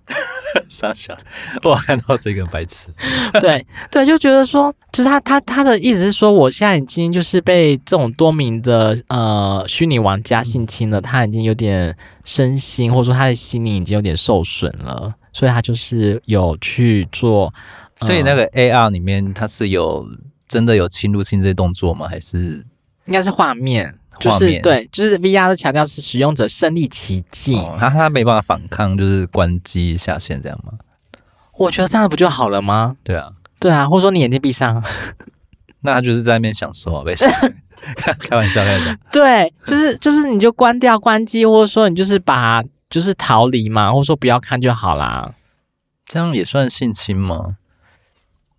Speaker 1: 傻傻，我看到这个白痴， (laughs)
Speaker 2: 对对，就觉得说，就是他他他的意思是说，我现在已经就是被这种多名的呃虚拟玩家性侵了，他已经有点身心或者说他的心灵已经有点受损了，所以他就是有去做，呃
Speaker 1: 所以那个 AR 里面它是有真的有侵入性这些动作吗？还是
Speaker 2: 应该是画面。就
Speaker 1: 画
Speaker 2: 是
Speaker 1: 面
Speaker 2: 对，就是 VR 的强调是使用者身临其境，
Speaker 1: 哦它它没办法反抗，就是关机下线这样吗？
Speaker 2: 我觉得这样不就好了吗？
Speaker 1: 对啊，
Speaker 2: 对啊，或者说你眼睛闭上， (laughs)
Speaker 1: 那他就是在那边享受啊，被开玩笑，开玩笑。
Speaker 2: 对，就是就是你就关掉关机，或者说你就是把就是逃离嘛，或者说不要看就好啦。
Speaker 1: 这样也算性侵吗？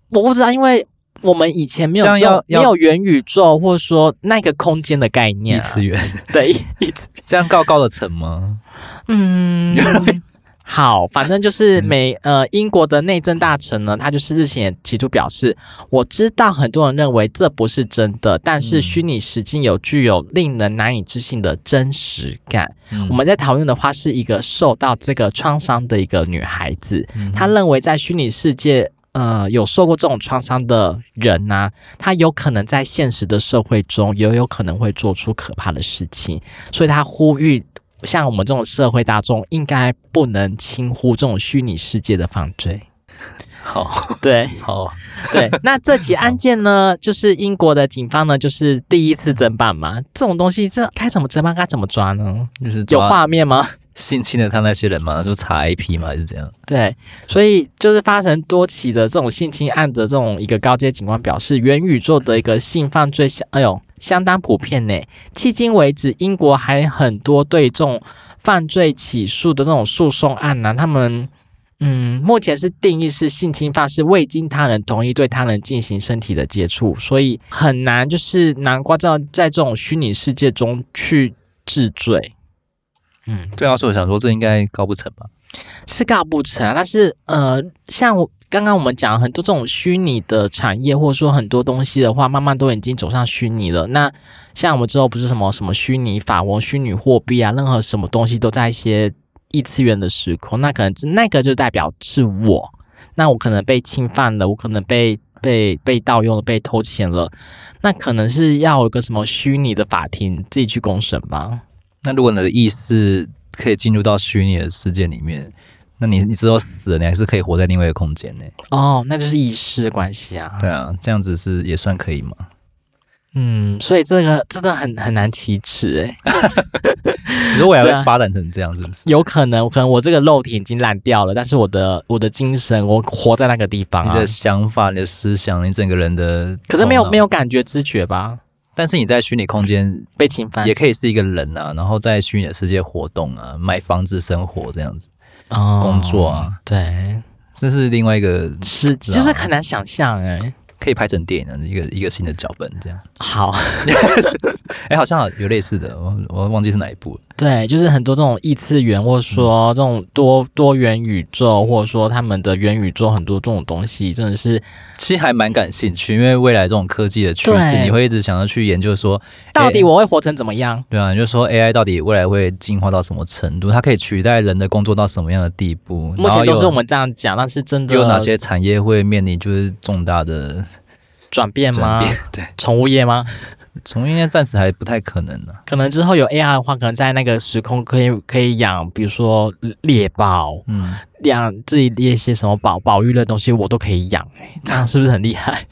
Speaker 2: 我不知道，因为我们以前没有
Speaker 1: 这样
Speaker 2: 这种
Speaker 1: 要
Speaker 2: 没有元宇宙，或者说那个空间的概念、
Speaker 1: 异
Speaker 2: 啊。
Speaker 1: 次元
Speaker 2: 对，
Speaker 1: 这样告告的成吗？
Speaker 2: 嗯， (laughs) 好，反正就是美
Speaker 1: 嗯
Speaker 2: 呃英国的内政大臣呢，他就是日前也提出表示，我知道很多人认为这不是真的，但
Speaker 1: 嗯
Speaker 2: 是虚拟实境有具有令人难以置信的真实感。
Speaker 1: 嗯
Speaker 2: 我们在讨论的话，是一个受到这个创伤的一个女孩子，
Speaker 1: 嗯
Speaker 2: 她认为在虚拟世界。呃，有受过这种创伤的人呐、她有可能在现实的社会中，也有可能会做出可怕的事情，所以她呼吁，像我们这种社会大众，应该不能轻忽这种虚拟世界的犯罪。
Speaker 1: 好
Speaker 2: 对
Speaker 1: 好，
Speaker 2: 对，那这起案件呢，就是英国的警方呢，就是第一次侦办嘛，这种东西，这该怎么侦办，该怎么抓呢？
Speaker 1: 就是
Speaker 2: 有
Speaker 1: 抓
Speaker 2: 画面吗？
Speaker 1: 性侵的他那些人嘛，就查 IP 嘛，还是怎样？
Speaker 2: 对，所以就是发生多起的这种性侵案的这种一个高阶警官表示，元宇宙的一个性犯罪相，哎呦，相当普遍呢。迄今为止，英国还很多对这种犯罪起诉的这种诉讼案呢、他们。嗯，目前是定义是性侵犯是未经他人同意对他人进行身体的接触，所以很难就是南瓜在在这种虚拟世界中去治罪。嗯，
Speaker 1: 对啊，所以我想说这应该告不成吧？
Speaker 2: 是告不成啊，但是呃，像我刚刚我们讲了很多这种虚拟的产业，或者说很多东西的话，慢慢都已经走上虚拟了。那像我们之后不是什么什么虚拟法文、虚拟货币啊，任何什么东西都在一些异次元的时空，那可能就那个就代表是我，那我可能被侵犯了，我可能被被被盗用了，被偷钱了，那可能是要有一个什么虚拟的法庭自己去公审吧。
Speaker 1: 那如果你的意识可以进入到虚拟的世界里面，那你你之后死了，你还是可以活在另外一个空间内。
Speaker 2: 哦，那就是意识的关系啊。
Speaker 1: 对啊，这样子是也算可以嘛？
Speaker 2: 嗯，所以这个真的很很难启齿欸诶、
Speaker 1: 你说未来
Speaker 2: 对啊
Speaker 1: 会发展成这样，是不是？
Speaker 2: 有可能，可能我这个肉体已经烂掉了，但是我的我的精神，我活在那个地方
Speaker 1: 你
Speaker 2: 啊
Speaker 1: 的。哦想法、你的思想、你整个人的，
Speaker 2: 可是没有没，有感觉知觉吧？
Speaker 1: 但是你在虚拟空间
Speaker 2: 被侵犯
Speaker 1: 也可以是一个人啊，然后在虚拟的世界活动啊，买房子、生活这样子，
Speaker 2: 哦
Speaker 1: 工作啊，
Speaker 2: 对，
Speaker 1: 这是另外一个
Speaker 2: 是
Speaker 1: 是啊
Speaker 2: 就是很难想象哎、
Speaker 1: 可以拍成电影的一个一个新的脚本这样。
Speaker 2: 好，
Speaker 1: 哎，好像有类似的，我我忘记是哪一部了。
Speaker 2: 对，就是很多这种异次元，或者说
Speaker 1: 嗯
Speaker 2: 这种多多元宇宙，或者说他们的元宇宙很多这种东西，真的是
Speaker 1: 其实还蛮感兴趣，因为未来这种科技的趋势，
Speaker 2: 对
Speaker 1: 你会一直想要去研究说，
Speaker 2: 到底我会活成怎么样？
Speaker 1: 对啊，你就说 AI 到底未来会进化到什么程度，它可以取代人的工作到什么样的地步？然
Speaker 2: 目
Speaker 1: 后
Speaker 2: 前都
Speaker 1: 有
Speaker 2: 是我们这样讲，但是真的
Speaker 1: 有哪些产业会面临就是重大的
Speaker 2: 转变
Speaker 1: 转
Speaker 2: 吗？
Speaker 1: 变？ (laughs) 对，
Speaker 2: 宠物业吗？
Speaker 1: 从应该暂时还不太可能呢、啊
Speaker 2: 可能之后有 AR 的话，可能在那个时空可以可以养，比如说猎豹，
Speaker 1: 嗯，
Speaker 2: 养自己猎一些什么宝宝育类的东西，我都可以养、 (laughs) 欸，这样是不是很厉害？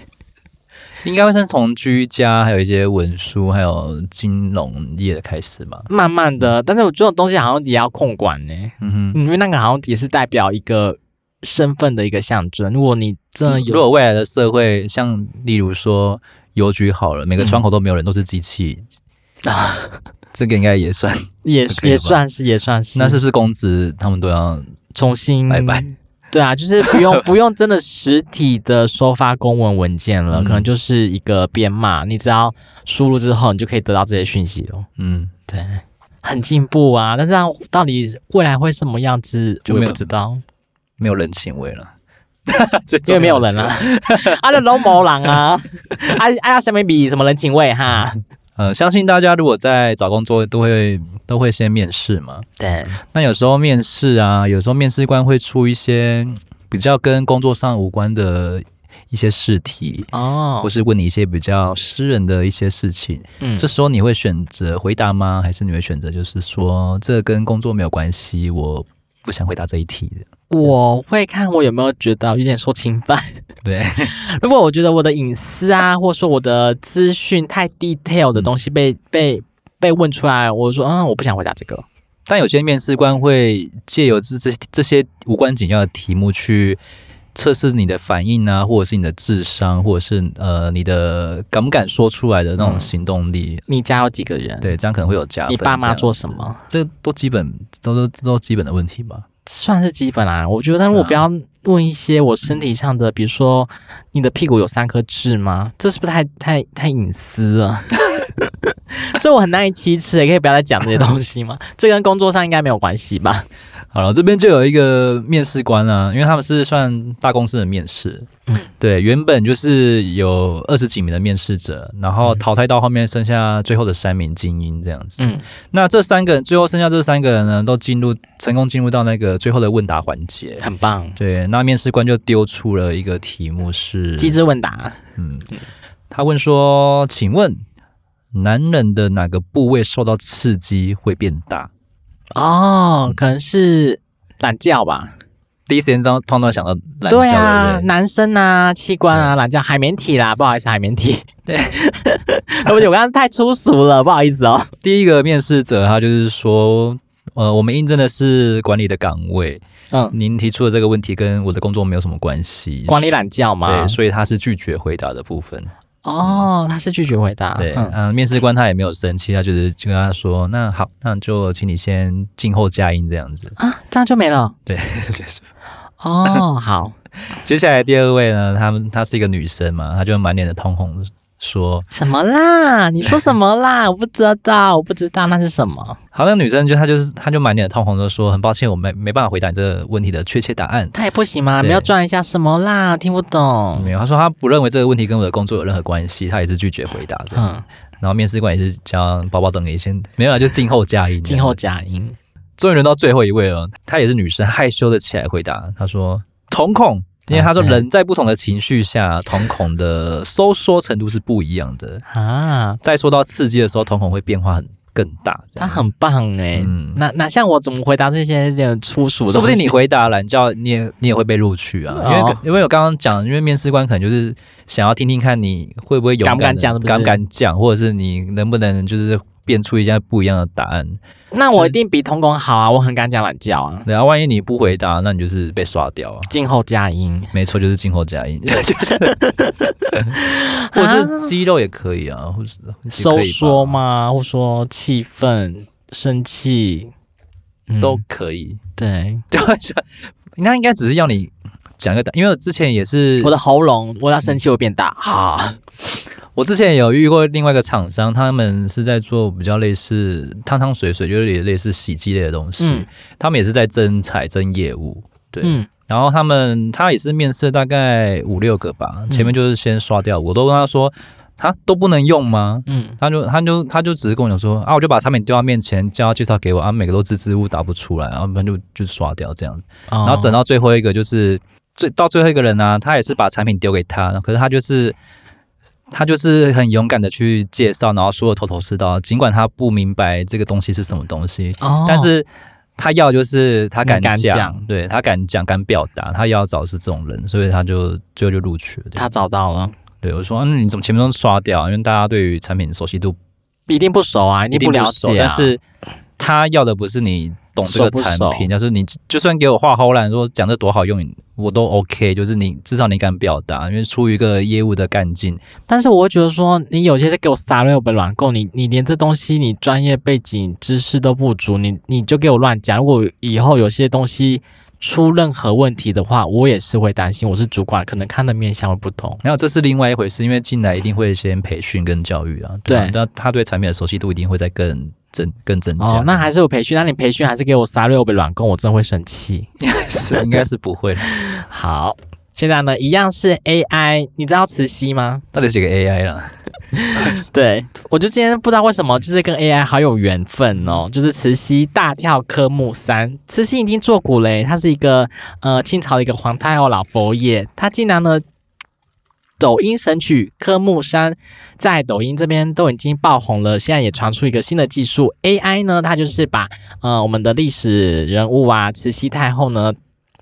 Speaker 1: 应该会先从居家，还有一些文书，还有金融业的开始吧。
Speaker 2: 慢慢的，但是我这种东西好像也要控管呢、欸
Speaker 1: 嗯哼。
Speaker 2: 因为那个好像也是代表一个身份的一个象征。如果你真的
Speaker 1: 如
Speaker 2: 有，
Speaker 1: 果未来的社会，像例如说邮局好了，每个窗口都没有人，都是机
Speaker 2: (laughs)
Speaker 1: 器，这个应该也算。
Speaker 2: 也
Speaker 1: 可以吧
Speaker 2: 也算是也算是，
Speaker 1: 那是不是公职他们都要
Speaker 2: 重新
Speaker 1: 拜
Speaker 2: (laughs)
Speaker 1: 拜？
Speaker 2: 对啊，就是不用不用真的实体的收发公文文件了，
Speaker 1: 嗯
Speaker 2: 可能就是一个编码，你只要输入之后，你就可以得到这些讯息了。
Speaker 1: 嗯，
Speaker 2: 对，很进步啊。但是它到底未来会什么样子，
Speaker 1: 就
Speaker 2: 我
Speaker 1: 没
Speaker 2: 也
Speaker 1: 有
Speaker 2: 不知道，
Speaker 1: 没有人情味了， (laughs)
Speaker 2: 因为没有人啊。 (laughs) 啊，那龙毛
Speaker 1: (laughs)
Speaker 2: 狼啊，啊啊，下面比什么人情味哈？
Speaker 1: 呃，相信大家如果在找工作都会都会先面试嘛。
Speaker 2: 对，
Speaker 1: 那有时候面试啊，有时候面试官会出一些比较跟工作上无关的一些试题，
Speaker 2: 哦
Speaker 1: 或，是问你一些比较私人的一些事情。
Speaker 2: 嗯
Speaker 1: 这时候你会选择回答吗？还是你会选择就是说这跟工作没有关系，我不想回答这一题的？
Speaker 2: 我会看我有没有觉得有点受侵犯。 (laughs)
Speaker 1: 对，
Speaker 2: 如果我觉得我的隐私啊，或者说我的资讯太 detail 的东西被、
Speaker 1: 嗯
Speaker 2: 被被问出来，我就说嗯，我不想回答这个。
Speaker 1: 但有些面试官会借由这这这些无关紧要的题目去测试你的反应啊，或者是你的智商，或者是呃你的敢不敢说出来的那
Speaker 2: 嗯
Speaker 1: 种行动力。
Speaker 2: 你家有几个人？，
Speaker 1: 对，这样可能会有加分。
Speaker 2: 你爸
Speaker 1: 这
Speaker 2: 妈
Speaker 1: 样
Speaker 2: 做什么？
Speaker 1: 这都基本都都都基本的问题吧。
Speaker 2: 算是基本啊。我觉得，但是
Speaker 1: 嗯
Speaker 2: 我不要问一些我身体上的，比如说你的屁股有三颗痣吗？这是不是太太太隐私了？ (laughs) 这我很难以启齿，欸也可以不要再讲这些东西吗？ (laughs) 这跟工作上应该没有关系吧？
Speaker 1: 好了，这边就有一个面试官啊，因为他们是算大公司的面试，对，原本就是有二十几名的面试者，然后淘汰到后面剩下最后的三名精英这样子。
Speaker 2: 嗯，
Speaker 1: 那这三个人最后剩下这三个人呢，都进入成功进入到那个最后的问答环节。
Speaker 2: 很棒。
Speaker 1: 对，那面试官就丢出了一个题目是，
Speaker 2: (laughs) 机智问答，
Speaker 1: 嗯，他问说：“请问，男人的哪个部位受到刺激会变大？”嗯
Speaker 2: 哦，可能是懒觉吧？
Speaker 1: 第一时间当通常想到懒觉，
Speaker 2: 对啊，
Speaker 1: 对不对？
Speaker 2: 男生啊，器官啊，懒觉，海绵体啦，不好意思，海绵体。
Speaker 1: 对，
Speaker 2: (laughs) 对不起，我刚刚太粗俗了，不好意思哦。
Speaker 1: 第一个面试者他就是说，呃，我们应征的是管理的岗位，
Speaker 2: 嗯，
Speaker 1: 您提出的这个问题跟我的工作没有什么关系，
Speaker 2: 管理懒觉嘛
Speaker 1: 对，。所以他是拒绝回答的部分。
Speaker 2: 哦，他是拒绝回答。
Speaker 1: 对，
Speaker 2: 嗯
Speaker 1: 嗯、面试官他也没有生气，他就是就跟他说，那好，那就请你先静候佳音这样子。
Speaker 2: 啊，这样就没了。
Speaker 1: 对， (laughs) 结束。
Speaker 2: 哦，好， (laughs)
Speaker 1: 接下来第二位呢，他们她是一个女生嘛，她就满脸的通红，说，
Speaker 2: 什么啦？你说什么啦？ (laughs) 我不知道，我不知道那是什么。
Speaker 1: 好，那个女生就她就是她就满脸通红，就说很抱歉，我没没办法回答你这个问题的确切答案。
Speaker 2: 他也不行吗？
Speaker 1: 对
Speaker 2: 没有转一下什么啦？听不懂。
Speaker 1: 没有，她说她不认为这个问题跟我的工作有任何关系，她也是拒绝回答
Speaker 2: (laughs)
Speaker 1: 这样。
Speaker 2: 嗯，
Speaker 1: 然后面试官也是将包包等给先没有啊，就静候佳音。
Speaker 2: (laughs) 静候，佳音。
Speaker 1: 终于轮到最后一位了，她也是女生，害羞的起来回答，她说瞳
Speaker 2: (laughs)
Speaker 1: 孔。因为她说，
Speaker 2: 啊对
Speaker 1: 人在不同的情绪
Speaker 2: (laughs)
Speaker 1: 下，瞳孔的收缩程度是不一样的。
Speaker 2: 啊，
Speaker 1: 在受到刺激的时候，瞳孔会变化很更大。这
Speaker 2: 他
Speaker 1: 样
Speaker 2: 很棒哎、
Speaker 1: 嗯
Speaker 2: 哪哪像我怎么回答这些有点粗俗的？
Speaker 1: 说不定你，回答懒觉，你也你也会被录取啊，因为、
Speaker 2: 哦
Speaker 1: 因为我刚刚讲，因为面试官可能就是想要听听看你会不会勇敢地，
Speaker 2: 敢不敢讲是不是
Speaker 1: 敢不敢讲，或者是你能不能就是变出一些不一样的答案。
Speaker 2: 那我一定比童工好啊！我很敢讲懒觉啊，
Speaker 1: 然后万一你不回答，那你就是被刷掉啊。
Speaker 2: 静候佳音。
Speaker 1: 没错，就是静候佳
Speaker 2: (laughs)
Speaker 1: 音，就是或者是肌肉也可以啊，或者是也可
Speaker 2: 收
Speaker 1: 以吧
Speaker 2: 缩吗？或说气愤、生气，嗯
Speaker 1: 都可以。
Speaker 2: 对。
Speaker 1: 对，那应该只是要你讲一个答，因为我之前也是
Speaker 2: 我的喉咙，我要生气会变大。 (laughs) 哈，
Speaker 1: 我之前有遇过另外一个厂商，他们是在做比较类似汤汤水水，就是也类似洗剂类的东西。
Speaker 2: 嗯
Speaker 1: 他们也是在争采争业务，对。
Speaker 2: 嗯，
Speaker 1: 然后他们他也是面试大概五六个吧，前面就是先刷掉，我都跟他说，他都不能用吗？
Speaker 2: 嗯，
Speaker 1: 他就他就他就只是跟我讲说啊，我就把产品丢到面前，叫他介绍给我啊，每个都支支吾吾答不出来，然后他就就刷掉这样。
Speaker 2: 然
Speaker 1: 然后整到最后一个就是最到最后一个人呢、他也是把产品丢给他，可是他就是他就是很勇敢的去介绍，然后说的头头是道，尽管他不明白这个东西是什么东西，
Speaker 2: 哦，
Speaker 1: 但是他要就是他敢
Speaker 2: 你敢
Speaker 1: 讲，
Speaker 2: 讲
Speaker 1: 对他敢讲敢表达，他要找是这种人，所以他就最后就录取了。
Speaker 2: 他找到了，
Speaker 1: 对我说、啊，那你怎么前面都刷掉？因为大家对于产品熟悉度
Speaker 2: 一定不熟啊，一
Speaker 1: 一定
Speaker 2: 定不了
Speaker 1: 熟
Speaker 2: 解啊。
Speaker 1: 但是他要的不是你懂这个产
Speaker 2: 熟不熟
Speaker 1: 品，就是你就算给我画后栏说讲这多好用，我都 OK，就是你至少你敢表达，因为出于一个业务的干劲，
Speaker 2: 但是我会觉得说，你有些是给我撒了我本软购，你你连这东西你专业背景知识都不足，你你就给我乱讲。如果以后有些东西出任何问题的话，我也是会担心。我是主管，可能看的面相会不同。
Speaker 1: 然后这是另外一回事，因为进来一定会先培训跟教育啊，啊
Speaker 2: 对
Speaker 1: 那他对产品的熟悉度一定会再更增更增加。
Speaker 2: 哦，
Speaker 1: (laughs)
Speaker 2: 那还是有培训，那你培训还是给我撒了我本软购，我真的会生气。
Speaker 1: 是应该是不会了。
Speaker 2: (laughs) 好，现在呢，一样是 AI，你知道慈溪吗？
Speaker 1: 到底是个 AI 啦？
Speaker 2: 对，我就今天不知道为什么，就是跟 AI 好有缘分哦。就是慈禧大跳科目三，慈禧已经做古嘞，她是一个呃清朝的一个皇太后老佛爷，她竟然呢。抖音神曲科目三在抖音这边都已经爆红了，现在也传出一个新的技术 AI 呢，它就是把呃我们的历史人物啊，慈禧太后呢，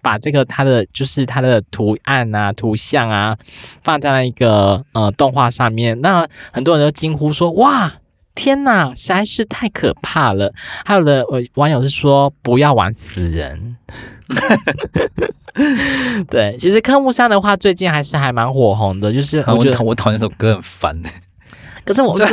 Speaker 2: 把这个它的就是它的图案啊、图像啊，放在那一个呃动画上面，那很多人都惊呼说：“哇，天哪，实在是太可怕了！”还有的呃网友是说：“不要玩死人。” (laughs) 对，其实科目三的话，最近还是还蛮火红的，就是
Speaker 1: 啊
Speaker 2: 我
Speaker 1: 我
Speaker 2: 觉
Speaker 1: 讨
Speaker 2: 得，
Speaker 1: 我讨厌这首歌很烦，
Speaker 2: 可是我
Speaker 1: (laughs)
Speaker 2: 嗯
Speaker 1: 这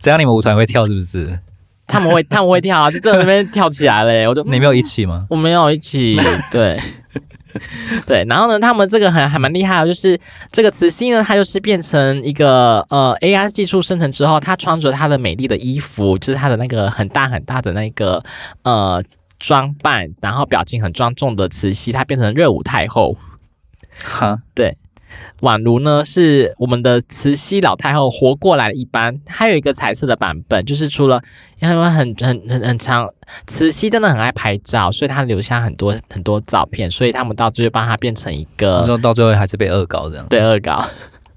Speaker 1: 怎样你们舞团会跳是不是？
Speaker 2: 他们会他们会跳啊，就在那边跳起来嘞，我
Speaker 1: (laughs)
Speaker 2: 就
Speaker 1: 你没有一起吗？
Speaker 2: 我们有一起对。 (laughs) 对，然后呢，他们这个还还蛮厉害的，就是这个慈禧呢，她就是变成一个呃 AI 技术生成之后，她穿着她的美丽的衣服，就是她的那个很大很大的那个呃装扮，然后表情很庄重的慈禧，她变成热舞太后。
Speaker 1: 哈，
Speaker 2: 宛如呢是我们的慈禧老太后活过来的一般，还有一个彩色的版本，就是除了因为很很很很长，慈禧真的很爱拍照，所以她留下很多很多照片，所以他们到最后帮她变成一
Speaker 1: 你
Speaker 2: 个
Speaker 1: 说到最后还是被恶搞这样。
Speaker 2: 对恶搞，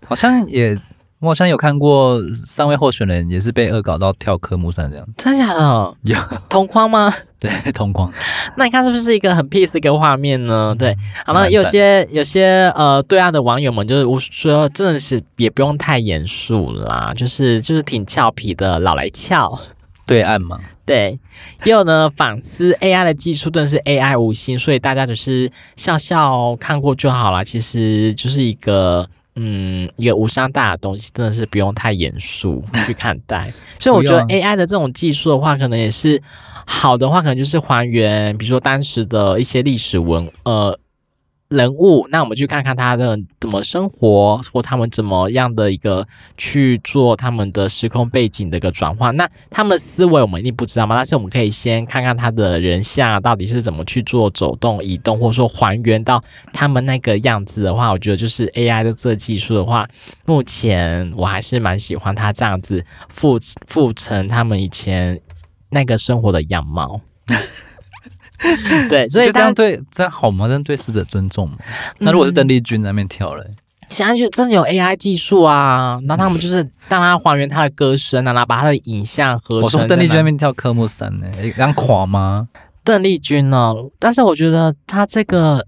Speaker 1: 好像也，我好像有看过三位候选人也是被恶搞到跳科目三这样，
Speaker 2: 真的假的？
Speaker 1: 有
Speaker 2: 同框吗？
Speaker 1: (laughs) 对，同框。
Speaker 2: 那你看是不是一个很 peace 的一个画面呢？对，好了，
Speaker 1: 蛮赞
Speaker 2: 有些有些呃对岸的网友们就是我说真的是也不用太严肃啦，就是就是挺俏皮的，老来俏。
Speaker 1: 对岸嘛，
Speaker 2: 对，也有呢，反思 AI 的技术真的是 AI 无心，所以大家只是笑笑看过就好了。其实就是一个嗯，一个无伤大雅的东西，真的是不用太严肃 (laughs) 去看待。所以我觉得
Speaker 1: 不
Speaker 2: AI 的这种技术的话，可能也是好的话，可能就是还原，比如说当时的一些历史文呃人物，那我们去看看他的怎么生活，或他们怎么样的一个去做他们的时空背景的一个转换。那他们的思维我们一定不知道嘛，但是我们可以先看看他的人像到底是怎么去做走动、移动，或者说还原到他们那个样子的话，我觉得就是 AI 的这个技术的话，目前我还是蛮喜欢它这样子复复成他们以前那个生活的样貌。 (laughs) 对，所以
Speaker 1: 就这
Speaker 2: 大家嗯
Speaker 1: 样对这样好吗？这样对死者尊重吗？那如果是邓丽君在那边跳嘞，
Speaker 2: 现在就真的有 AI 技术啊，那他们就是让它还原它的歌声啊，然后把它的影像合成。
Speaker 1: 我说邓丽君在那边跳科目三呢，这样垮吗？
Speaker 2: 邓丽君哦，但是我觉得她这个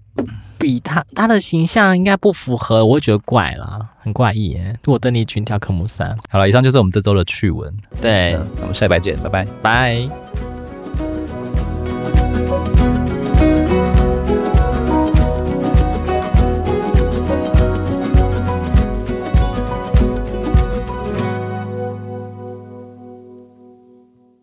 Speaker 2: 比她她的形象应该不符合，我会觉得怪啦，很怪异耶。如果邓丽君跳科目三，
Speaker 1: 好了，以上就是我们这周的趣闻，
Speaker 2: 对，
Speaker 1: 嗯，那我们下礼拜见，拜拜。
Speaker 2: 拜。